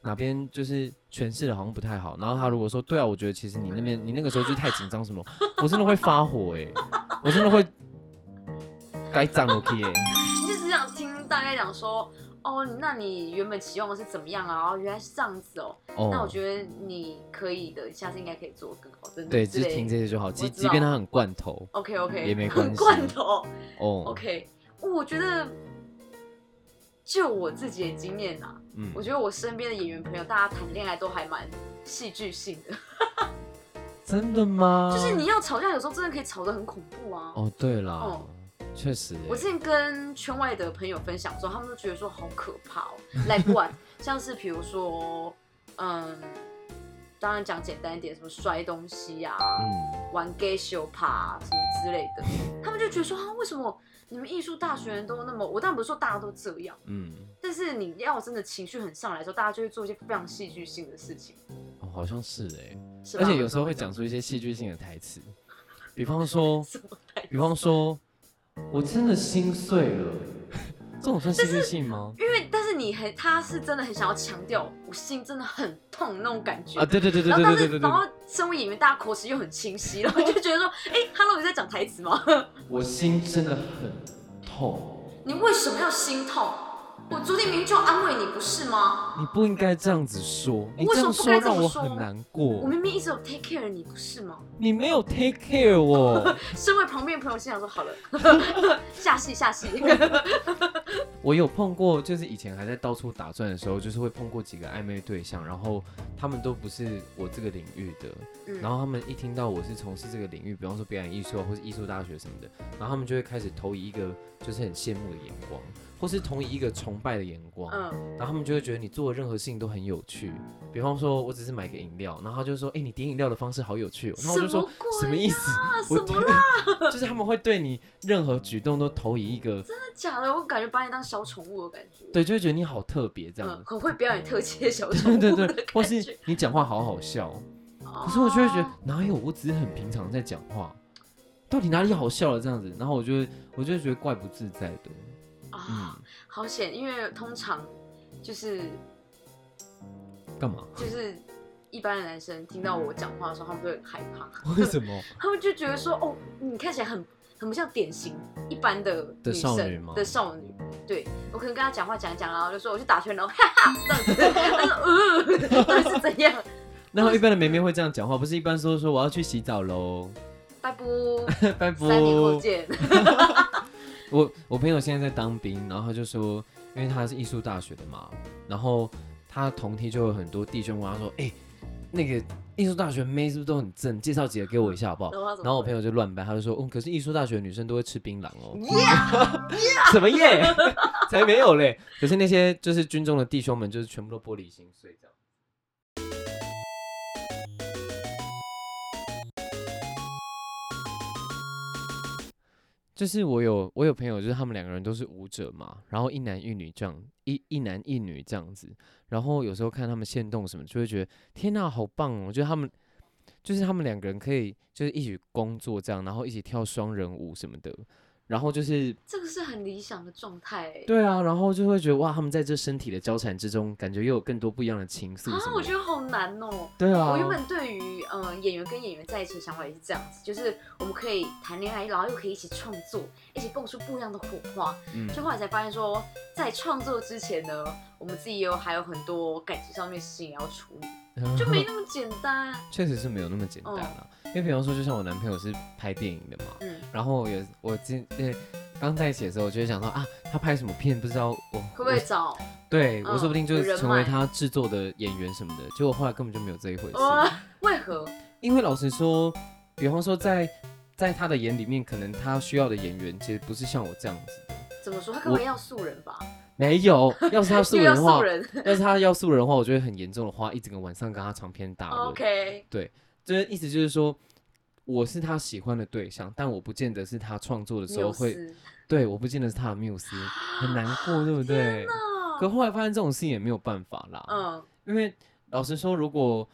Speaker 1: 哪边就是诠释的好像不太好，然后他如果说对啊，我觉得其实你那边你那个时候就太紧张什么，我真的会发火哎、我真的会该脏了 K
Speaker 2: 就只想听大概讲说，哦，那你原本期望的是怎么样啊？哦，原来是这样子哦。那我
Speaker 1: 哦，
Speaker 2: 觉得你可以的，下次应该可以做得更好，真的。
Speaker 1: 对，就
Speaker 2: 之
Speaker 1: 是
Speaker 2: 类的
Speaker 1: 听这些就好，
Speaker 2: 我
Speaker 1: 即
Speaker 2: 知
Speaker 1: 即便
Speaker 2: 道
Speaker 1: 他很罐头
Speaker 2: OK OK， [laughs]
Speaker 1: 也没关
Speaker 2: 很
Speaker 1: 系
Speaker 2: 罐头。
Speaker 1: 哦，
Speaker 2: OK，我觉得就我自己的经验啊，
Speaker 1: 嗯
Speaker 2: 我觉得我身边的演员朋友，大家谈恋爱都还蛮戏剧性的，
Speaker 1: 真的吗？
Speaker 2: [laughs] 就是你要吵架，有时候真的可以吵得很恐怖啊。
Speaker 1: 嗯哦，对啦
Speaker 2: 哦，
Speaker 1: 确实欸，
Speaker 2: 我之前跟圈外的朋友分享的时候，他们都觉得说好可怕哦，like
Speaker 1: [laughs]
Speaker 2: what？像是比如说，嗯，当然讲简单一点，什么摔东西啊，
Speaker 1: 嗯
Speaker 2: 玩 gay 秀趴什么之类的，他们就觉得说啊，为什么你们艺术大学人都那么……我当然不是说大家都这样，
Speaker 1: 嗯，
Speaker 2: 但是你要真的情绪很上来的时候，大家就会做一些非常戏剧性的事情，
Speaker 1: 哦，好像是哎。
Speaker 2: 是吧？
Speaker 1: 而且有时候会讲出一些戏剧性的台 [laughs] 词，比方说，
Speaker 2: 什么台词
Speaker 1: 比方说，我真的心碎 [laughs] 了，这种算戏剧性吗？
Speaker 2: 因为但是你很，他是真的很想要强调，我心真的很痛那种感觉
Speaker 1: 啊，对对对对
Speaker 2: 然
Speaker 1: 对
Speaker 2: 后但
Speaker 1: 对
Speaker 2: 是，
Speaker 1: 对
Speaker 2: 然
Speaker 1: 对，
Speaker 2: 后身为演员，大家口齿又很清
Speaker 1: [laughs]
Speaker 2: 晰，然后就觉得说，哎、h e l l o 你在讲台词吗？ [laughs]
Speaker 1: 我心真的很痛，
Speaker 2: 你为什么要心痛？我昨天明明就安慰你，不是吗？
Speaker 1: 你不应该这样子说，你
Speaker 2: 为
Speaker 1: 这
Speaker 2: 什么
Speaker 1: 样说
Speaker 2: 不该这
Speaker 1: 让
Speaker 2: 么
Speaker 1: 我
Speaker 2: 说
Speaker 1: 很难
Speaker 2: 我
Speaker 1: 过，
Speaker 2: 明明一直有 take care 你，不是吗？
Speaker 1: 你没有 take care [laughs] 我，
Speaker 2: 身为旁边的朋友心想说，好了， [laughs] 下戏
Speaker 1: [laughs]
Speaker 2: 下戏。
Speaker 1: 我有碰过，就是以前还在到处打转的时候，就是会碰过几个暧昧对象，然后他们都不是我这个领域的，
Speaker 2: 嗯
Speaker 1: 然后他们一听到我是从事这个领域，比方说表演艺术啊，或是艺术大学什么的，然后他们就会开始投以一个就是很羡慕的眼光，或是投以一个崇拜的眼光，
Speaker 2: 嗯，
Speaker 1: 然后他们就会觉得你做的任何事情都很有趣。比方说，我只是买个饮料，然后他就说：“哎、你点饮料的方式好有趣、哦。”然后我就说：“什
Speaker 2: 什么鬼啊
Speaker 1: 么意思？我
Speaker 2: 什么
Speaker 1: 啦？” [laughs] 就是他们会对你任何举动都投以一个
Speaker 2: 真的假的？我感觉把你当小宠物的感觉。，
Speaker 1: 对，就会觉得你好特别这样子
Speaker 2: 嗯，。 [laughs] 很会表演特技的小宠
Speaker 1: 对
Speaker 2: 物嗯
Speaker 1: [laughs]
Speaker 2: 的
Speaker 1: 对
Speaker 2: 感 [laughs] 觉。
Speaker 1: 对，或是你讲话好好笑，可是我就会觉得
Speaker 2: 哦
Speaker 1: 哪有，我只是很平常在讲话，到底哪里好笑了这样子，然后我就会我就会觉得怪不自在的，
Speaker 2: 啊啊，
Speaker 1: 嗯，
Speaker 2: 好险，因为通常就是
Speaker 1: 干
Speaker 2: [laughs]
Speaker 1: 嘛？
Speaker 2: 就是一般的男生听到我讲话的时候，他们都会很害怕，
Speaker 1: 为什 [laughs] 么？
Speaker 2: 他们就觉得
Speaker 1: 嗯
Speaker 2: 说，哦，你看起来很很不像典型一般的
Speaker 1: 的
Speaker 2: 女
Speaker 1: 少
Speaker 2: 生
Speaker 1: 女吗
Speaker 2: 的少女。对我可能跟他讲话讲一讲，然后就说我去打拳了，哈哈，这样子， [laughs] 他说，呃，到底是怎样？
Speaker 1: 然后一般的妹妹会这样讲话，不是一般说说我要去洗澡喽，
Speaker 2: 拜拜，
Speaker 1: 拜
Speaker 2: 三年后
Speaker 1: 拜。
Speaker 2: 见。
Speaker 1: 我我朋友现在在当兵，然后他就说，因为他是艺术大学的嘛，然后他同梯就有很多弟兄问他说，哎、那个艺术大学妹是不是都很正？介绍几个给我一下好不好？
Speaker 2: 然后他怎么
Speaker 1: 然后我朋友就乱掰，他就说，嗯，可是艺术大学的女生都会吃槟榔哦。
Speaker 2: [laughs] Yeah！
Speaker 1: 什么耶？ [laughs] 才没有嘞！可是那些就是军中的弟兄们，就是全部都玻璃心碎这样。就是我有我有朋友，就是他们两个人都是舞者嘛，然后一男一女这样，一一男一女这样子，然后有时候看他们现动什么，就会觉得天呐、好棒哦！就他们就是他们两个人可以就是一起工作这样，然后一起跳双人舞什么的，然后就是
Speaker 2: 这个是很理想的状态欸。
Speaker 1: 对啊，然后就会觉得哇，他们在这身体的交缠之中，感觉又有更多不一样的情愫什
Speaker 2: 啊，
Speaker 1: 么
Speaker 2: 我
Speaker 1: 的
Speaker 2: 觉得好难哦、
Speaker 1: 对啊，
Speaker 2: 我原本对于呃演员跟演员在一起的想法也是这样子，就是我们可以谈恋爱，然后又可以一起创作，一起蹦出不一样的火花。
Speaker 1: 嗯
Speaker 2: 就后 [laughs] 来才发现说，在创作之前呢，我们自己也有还有很多感情上面事情要处理，就没那么简单。
Speaker 1: [laughs] 确实是没有那么简单啦、因为比方说，就像我男朋友是拍电影的嘛，
Speaker 2: 嗯，
Speaker 1: 然后有我今呃刚在一起的时候，我就会想说啊，他拍什么片不知道我
Speaker 2: 会不会找？
Speaker 1: 对、
Speaker 2: 嗯
Speaker 1: 我说不定就
Speaker 2: 有
Speaker 1: 是
Speaker 2: 人
Speaker 1: 成为
Speaker 2: 脉
Speaker 1: 他制作的演员什么的，结果后来根本就没有这一回事。
Speaker 2: 呃，为何？
Speaker 1: 因为老实说，比方说在在他的眼里面，可能他需要的演员其实不是像我这样子的。
Speaker 2: 怎么说？他可能要素人吧，
Speaker 1: 没有，要是他素
Speaker 2: [laughs] 又
Speaker 1: 人的
Speaker 2: 要
Speaker 1: 话
Speaker 2: 素，人。
Speaker 1: 要是他要素人的话，我就会很严重的话，一整个晚上跟他长篇大论。
Speaker 2: [laughs] OK，
Speaker 1: 就是意思就是说，我是他喜欢的对象，但我不见得是他创作的时候
Speaker 2: 缪
Speaker 1: 会，
Speaker 2: 斯
Speaker 1: 对，我不见得是他的缪斯，很难过，对不对？可后来发现这种事情也没有办法啦，
Speaker 2: 啊嗯，
Speaker 1: 因为老实说，如果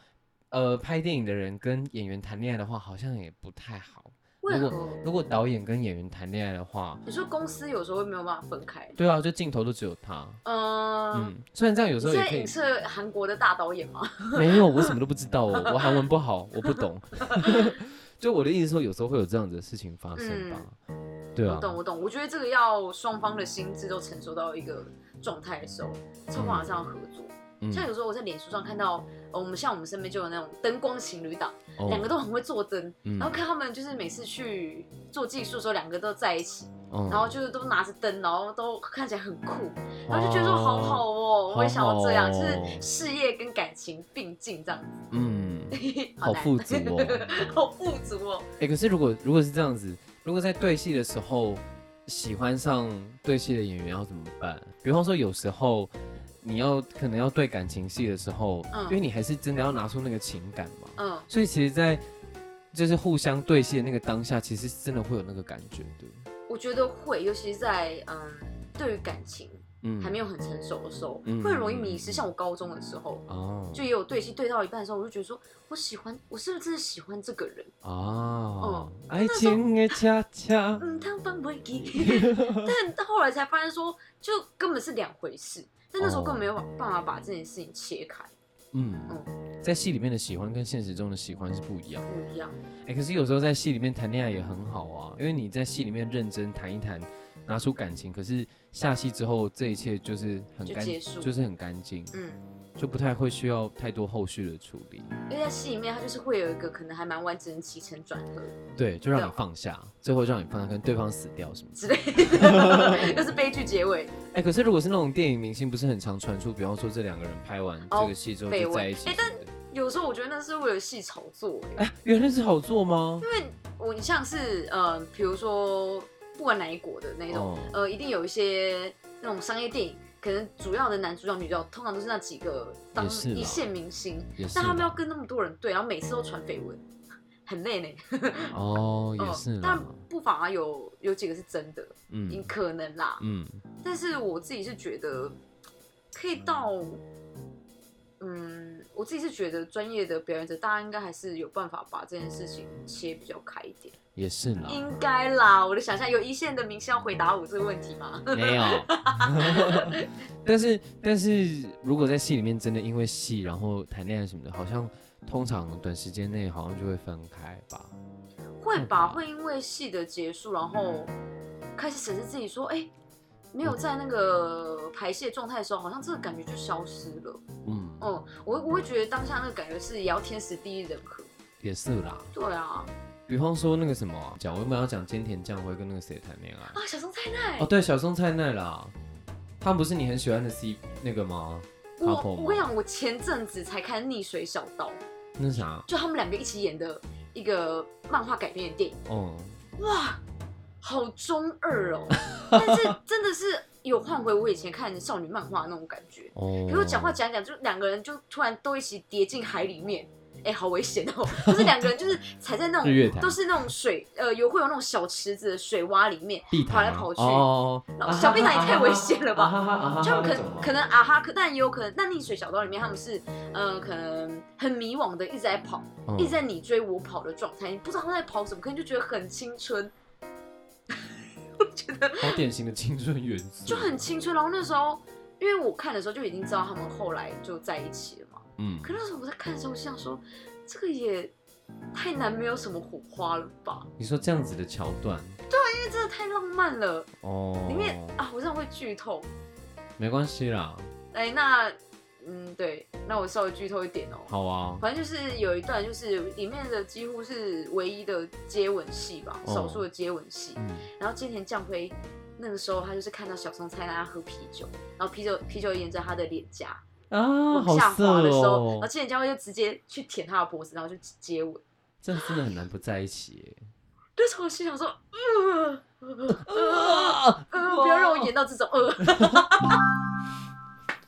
Speaker 1: 呃拍电影的人跟演员谈恋爱的话，好像也不太好。
Speaker 2: 为
Speaker 1: 如
Speaker 2: 何？
Speaker 1: 果如果导演跟演员谈恋爱的话，
Speaker 2: 你说公司有时候会没有办法分开？
Speaker 1: 对啊，就镜头都只有他。
Speaker 2: 嗯，
Speaker 1: 嗯，虽然这样有
Speaker 2: 你
Speaker 1: 时候
Speaker 2: 是
Speaker 1: 也
Speaker 2: 在
Speaker 1: 可以
Speaker 2: 影，射韩国的大导演吗？ [laughs]
Speaker 1: 没有，我什么都不知道哦，我韩文不好，我不懂。 [laughs] 就我的意思说，有时候会有这样子的事情发生吧。对
Speaker 2: 嗯我
Speaker 1: 啊，
Speaker 2: 懂，我懂。我觉得这个要双方的心智都成熟到一个状态的时候，才会马上合作。
Speaker 1: 嗯
Speaker 2: 像有时候我在脸书上看到，呃，我们像我们身边就有那种灯光情侣档，
Speaker 1: 哦
Speaker 2: 两、个都很会做灯，
Speaker 1: 嗯
Speaker 2: 然后看他们就是每次去做技术的时候，两个都在一起，
Speaker 1: 嗯
Speaker 2: 然后就是都拿着灯，然后都看起来很酷，然后就觉得说好好
Speaker 1: 哦，
Speaker 2: 哦，我也想要这样，
Speaker 1: 好
Speaker 2: 就
Speaker 1: 好哦
Speaker 2: 是事业跟感情并进这样子， [laughs]
Speaker 1: 嗯，好
Speaker 2: 好难
Speaker 1: 富足
Speaker 2: [laughs]
Speaker 1: 哦。
Speaker 2: 好富足哦。
Speaker 1: 哎、可是如果如果是这样子，如果在对戏的时候喜欢上对戏的演员要怎么办？比方说有时候你要可能要对感情戏的时候，
Speaker 2: 嗯
Speaker 1: 因为你还是真的要拿出那个情感嘛，
Speaker 2: 嗯，
Speaker 1: 所以其实，在就是互相对戏的那个当下，其实是真的会有那个感觉的。
Speaker 2: 我觉得会，尤其是在嗯，对于感情
Speaker 1: 嗯
Speaker 2: 还没有很成熟的时候，
Speaker 1: 嗯
Speaker 2: 会很容易迷失。像我高中的时候，
Speaker 1: 哦，
Speaker 2: 就也有对戏对到一半的时候，我就觉得说，我喜欢，我是不是真的喜欢这个人？
Speaker 1: 哦
Speaker 2: 哦，
Speaker 1: 爱情的恰恰，
Speaker 2: 嗯，他翻不给。 [laughs] 但后来才发现说，就根本是两回事。但那时候根本没有办法把这件事情切开，
Speaker 1: 嗯，在戏里面的喜欢跟现实中的喜欢是不一样的。
Speaker 2: 不一样。
Speaker 1: 哎、可是有时候在戏里面谈恋爱也很好啊，因为你在戏里面认真谈一谈，拿出感情，可是下戏之后这一切就是很
Speaker 2: 就
Speaker 1: 干，
Speaker 2: 结束
Speaker 1: 就是很干净，
Speaker 2: 嗯，
Speaker 1: 就不太会需要太多后续的处理。
Speaker 2: 因为在戏里面，它就是会有一个可能还蛮完整的起承转合
Speaker 1: 对，就让
Speaker 2: 对
Speaker 1: 你
Speaker 2: 啊
Speaker 1: 放下，最后让你放下，跟对方死掉什么的。
Speaker 2: 之类的，就是悲剧结尾。
Speaker 1: 哎、可是如果是那种电影明星，不是很常传出，比方说这两个人拍完这
Speaker 2: 哦
Speaker 1: 个戏之后
Speaker 2: 绯
Speaker 1: 就
Speaker 2: 闻
Speaker 1: 在一起
Speaker 2: 哎
Speaker 1: 什么的。
Speaker 2: 有时候我觉得那是为了戏炒作、欸
Speaker 1: 哎、原来是好做吗？
Speaker 2: 因为我你像是呃，比如说不管哪一国的那种，
Speaker 1: 哦
Speaker 2: 呃，一定有一些那种商业电影，可能主要的男主角、女主角通常都是那几个当
Speaker 1: 也是啦
Speaker 2: 一线明星，
Speaker 1: 也是
Speaker 2: 但他们要
Speaker 1: 啦，
Speaker 2: 跟那么多人对，然后每次都传绯闻，很累呢。
Speaker 1: 哦，也
Speaker 2: 嗯
Speaker 1: 是啦
Speaker 2: 但，不乏有有几个是真的，
Speaker 1: 嗯
Speaker 2: 可能啦。
Speaker 1: 嗯，
Speaker 2: 但是我自己是觉得可以到。嗯，我自己是觉得专业的表演者，大家应该还是有办法把这件事情切比较开一点。
Speaker 1: 也是啦，
Speaker 2: 应该啦，我的想象有一线的明星要回答我这个问题吗？
Speaker 1: 没有。但是，但是如果在戏里面真的因为戏然后谈恋爱什么的，好像通常短时间内好像就会分开吧。嗯
Speaker 2: 会吧，会因为戏的结束，然后开始审视自己，说，哎、
Speaker 1: 嗯
Speaker 2: 没有在那个排泄状态的时候，好像这个感觉就消失了。
Speaker 1: 嗯，
Speaker 2: 嗯，我我会觉得当下那个感觉是也要天时地利人和。
Speaker 1: 也是啦。
Speaker 2: 对啊，
Speaker 1: 比方说那个什么啊、讲我们要讲菅田将晖跟那个谁谈恋爱。
Speaker 2: 啊，小松菜奈，
Speaker 1: 哦，对，小松菜奈啦，他不是你很喜欢的 C 那个吗？
Speaker 2: 我
Speaker 1: couple 吗
Speaker 2: 我跟你讲，我前阵子才看《溺水小道》，
Speaker 1: 那啥，
Speaker 2: 就他们两个一起演的一个漫画改编的电影。
Speaker 1: 哦，
Speaker 2: 哇，好中二
Speaker 1: [laughs]
Speaker 2: 哦！但是真的是有换回我以前看少女漫画那种感觉。
Speaker 1: 哦，
Speaker 2: 比如讲话讲一讲，就两个人就突然都一起跌进海里面，哎，好危险
Speaker 4: [laughs]
Speaker 2: 哦！就是两个人就是踩在那
Speaker 1: 日月
Speaker 4: 啊
Speaker 2: 种
Speaker 1: 潭
Speaker 2: 都是那种水，呃，有会有那种小池子的水洼里面
Speaker 4: 碧
Speaker 2: 跑
Speaker 4: 潭
Speaker 2: 来
Speaker 4: 吗
Speaker 2: 跑去，
Speaker 1: 哦，
Speaker 2: 然后小碧潭也太危险了吧！
Speaker 4: 啊啊哈哈啊哈哈
Speaker 2: 就他
Speaker 4: 那
Speaker 2: 们可
Speaker 4: 种吗
Speaker 2: 可能啊哈，可但也有可能，但溺水小岛里面他们是，呃，可能很迷惘的，一直在跑，
Speaker 1: 嗯
Speaker 2: 一直在你追我跑的状态，你不知道他们在跑什么，可能就觉得很青春， [laughs]
Speaker 1: 好典型的青春元素，
Speaker 2: 就很青春。然后那时候，因为我看的时候就已经知道他们后来就在一起了嘛，
Speaker 1: 嗯，
Speaker 2: 可那时候我在看的时候，我想说，这个也太难，没有什么火花了吧？
Speaker 1: 你说这样子的桥段
Speaker 2: 因为真的太浪漫了，
Speaker 1: 哦，
Speaker 2: 里面啊，我这样会剧透。
Speaker 1: 没关系啦，
Speaker 2: 哎，那嗯，对，那我稍微剧透一点哦。
Speaker 1: 好啊，
Speaker 2: 反正就是有一段，就是里面的几乎是唯一的接吻戏吧，
Speaker 1: 哦
Speaker 2: 少数的接吻戏。
Speaker 1: 嗯，
Speaker 2: 然后金田将辉那个时候，他就是看到小松菜奈喝啤酒，然后啤酒啤酒沿着他的脸颊
Speaker 1: 啊，
Speaker 2: 往
Speaker 1: 好
Speaker 2: 下
Speaker 1: 色
Speaker 2: 滑的时候，然
Speaker 1: 哦
Speaker 2: 后，金田将辉就直接去舔他的脖子，然后就接吻。
Speaker 1: 这样真的很难不在一起耶。
Speaker 2: 那时候我心想说，呃
Speaker 1: 啊！
Speaker 2: 呃，不要让我演到这种呃，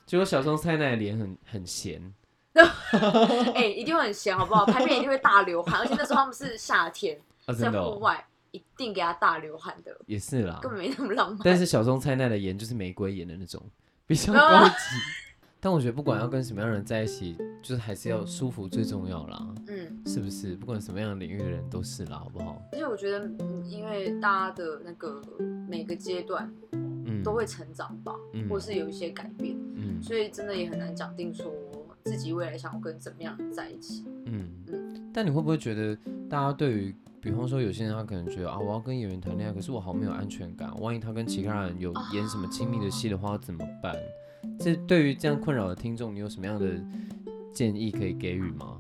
Speaker 1: 结果小松菜奈的脸很很咸，
Speaker 2: 哎、一定会很咸，好不好？拍片一定会大流汗，而且那时候他们是夏天，
Speaker 1: 啊，
Speaker 2: 在
Speaker 1: [laughs] 真的
Speaker 2: 户
Speaker 1: 哦，
Speaker 2: 外，一定给他大流汗的，
Speaker 1: 也是啦。
Speaker 2: 根本没那么浪漫。
Speaker 1: 但是小松菜奈的颜就是玫瑰颜的那种， [laughs] 比较
Speaker 2: 啊
Speaker 1: 高级。但我觉得不管要跟什么样的人在一起，就是还是要舒服最重要啦，
Speaker 2: 嗯。
Speaker 1: 是不是？不管什么样的领域的人都是啦，好不好？
Speaker 2: 而且我觉得，嗯，因为大家的那个每个阶段
Speaker 1: 嗯，
Speaker 2: 都会成长吧，
Speaker 1: 嗯
Speaker 2: 或是有一些改变，
Speaker 1: 嗯
Speaker 2: 所以真的也很难讲定说自己未来想要跟怎么样的人在一起。
Speaker 1: 嗯。但你会不会觉得大家对于，比方说有些人他可能觉得啊，我要跟演员谈恋爱，可是我好没有安全感，万一他跟其他人有演什么亲密的戏的话怎么办？这对于这样困扰的听众，你有什么样的建议可以给予吗？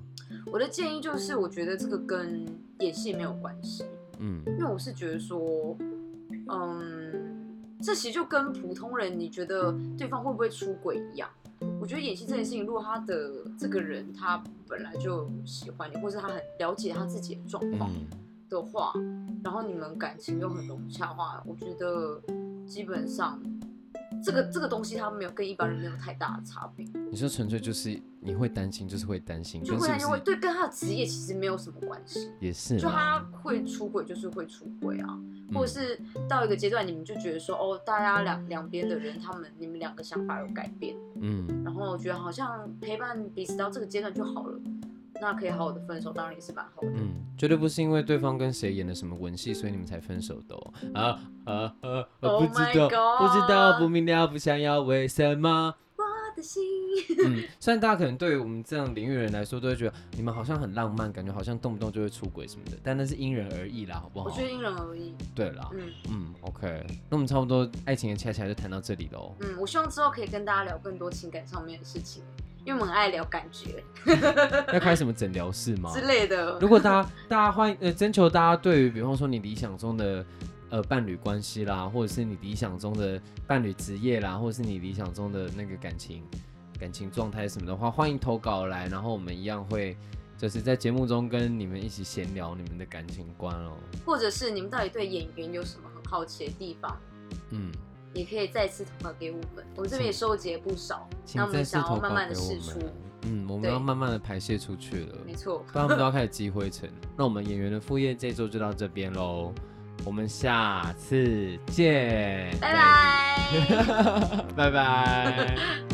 Speaker 2: 我的建议就是，我觉得这个跟演戏没有关系，
Speaker 1: 嗯
Speaker 2: 因为我是觉得说，嗯，这其实就跟普通人你觉得对方会不会出轨一样。我觉得演戏这件事情，如果他的这个人他本来就喜欢你，或是他很了解他自己的状况，
Speaker 1: 嗯
Speaker 2: 的话，然后你们感情又很融洽的话，我觉得基本上这个这个东西它没有跟一般人没有太大的差别，
Speaker 1: 你说纯粹就是你会担心，就是会担心，
Speaker 2: 就
Speaker 1: 跟
Speaker 2: 会
Speaker 1: 是
Speaker 2: 让
Speaker 1: 不
Speaker 2: 人会
Speaker 1: 是
Speaker 2: 对跟他的职业其实没有什么关系，
Speaker 1: 也是
Speaker 2: 就他
Speaker 1: 啦，
Speaker 2: 会出轨就是会出轨啊，
Speaker 1: 嗯
Speaker 2: 或者是到一个阶段你们就觉得说哦，大家两两边的人他们你们两个想法有改变，
Speaker 1: 嗯
Speaker 2: 然后我觉得好像陪伴彼此到这个阶段就好了，那可以好好的分手，当然也是蛮好的。
Speaker 1: 嗯，绝对不是因为对方跟谁演了什么吻戏，所以你们才分手的哦。啊啊啊！啊
Speaker 2: Oh
Speaker 1: 不知
Speaker 2: my
Speaker 1: 道，不知道，
Speaker 2: God
Speaker 1: 不明了，不想要，为什么？
Speaker 2: 我的心，
Speaker 1: 嗯，虽然大家可能对于我们这样领域的人来说，都会觉得你们好像很浪漫，感觉好像动不动就会出轨什么的，但那是因人而异啦，好不好？
Speaker 2: [laughs] 我觉得因人而异，
Speaker 1: 对啦，
Speaker 2: 嗯。
Speaker 1: 嗯，OK，那我们差不多爱情的恰恰就谈到这里
Speaker 2: [laughs]
Speaker 1: 喽。
Speaker 2: 嗯，我希望之后可以跟大家聊更多情感上面的事情，因为我们很爱聊感觉
Speaker 1: 要开什么诊疗室吗？
Speaker 2: 之类的。 [laughs]
Speaker 1: 如果大家大家欢迎呃征求大家对于比方说你理想中的呃伴侣关系啦，或者是你理想中的伴侣职业啦，或者是你理想中的那个感情感情状态什么的话，欢迎投稿来，然后我们一样会就是在节目中跟你们一起闲聊你们的感情观哦。
Speaker 2: 或者是你们到底对演员有什么很好奇的地方，
Speaker 1: 嗯，
Speaker 2: 也可以再次投稿给我们。我们这边也收集了不少，
Speaker 1: 请
Speaker 2: 那我
Speaker 1: 再
Speaker 2: 们
Speaker 1: 次
Speaker 2: 想要
Speaker 1: 投稿
Speaker 2: 慢慢的
Speaker 1: 给我
Speaker 2: 试出
Speaker 1: 们。。嗯，我们
Speaker 2: 对
Speaker 1: 要慢慢的排泄出去了，
Speaker 2: 没错，
Speaker 1: 不然我们都要开始积灰尘。那我们演员的副业这周就到这边喽，我们下次见， [laughs]
Speaker 2: 拜拜。
Speaker 1: 拜拜。